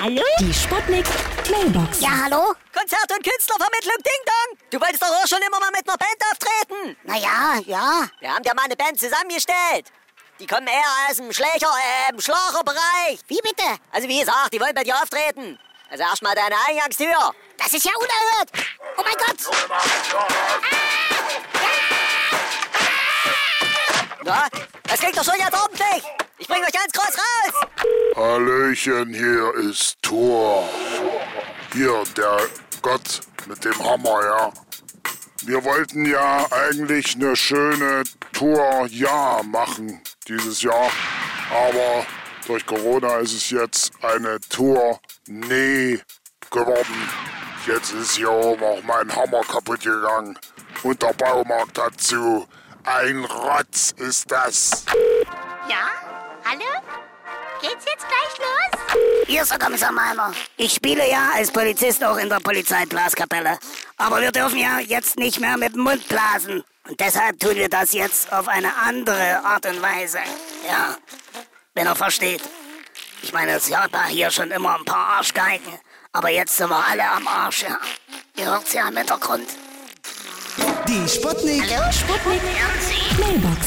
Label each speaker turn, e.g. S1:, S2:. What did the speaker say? S1: Hallo?
S2: Die Sputnik Mailbox.
S1: Ja, hallo?
S3: Konzert- und Künstlervermittlung Ding Dong. Du wolltest doch auch schon immer mal mit einer Band auftreten.
S1: Naja, ja.
S3: Wir haben ja mal eine Band zusammengestellt. Die kommen eher aus dem Schläger, äh, im Schlagerbereich.
S1: Wie bitte?
S3: Also wie gesagt, die wollen bei dir auftreten. Also erstmal deine Eingangstür.
S1: Das ist ja unerhört. Oh mein Gott.
S3: Na, das klingt doch schon jetzt ordentlich. Ich bring euch ganz groß raus.
S4: Hallöchen, hier ist Thor. Hier, der Gott mit dem Hammer, ja. Wir wollten ja eigentlich eine schöne Tour-Jahr machen dieses Jahr. Aber durch Corona ist es jetzt eine Tournee geworden. Jetzt ist hier oben auch mein Hammer kaputt gegangen. Und der Baumarkt dazu. Ein Rotz ist das.
S5: Ja? Hallo? Geht's jetzt gleich los?
S1: Hier ist der Kommissar Malmer.
S6: Ich spiele ja als Polizist auch in der Polizeiblaskapelle. Aber wir dürfen ja jetzt nicht mehr mit dem Mund blasen. Und deshalb tun wir das jetzt auf eine andere Art und Weise. Ja, wenn er versteht. Ich meine, es gab ja hier schon immer ein paar Arschgeigen. Aber jetzt sind wir alle am Arsch, ja. Ihr hört's ja im Hintergrund.
S7: Die Sputnik.
S5: Sputnik.
S2: Mailbox.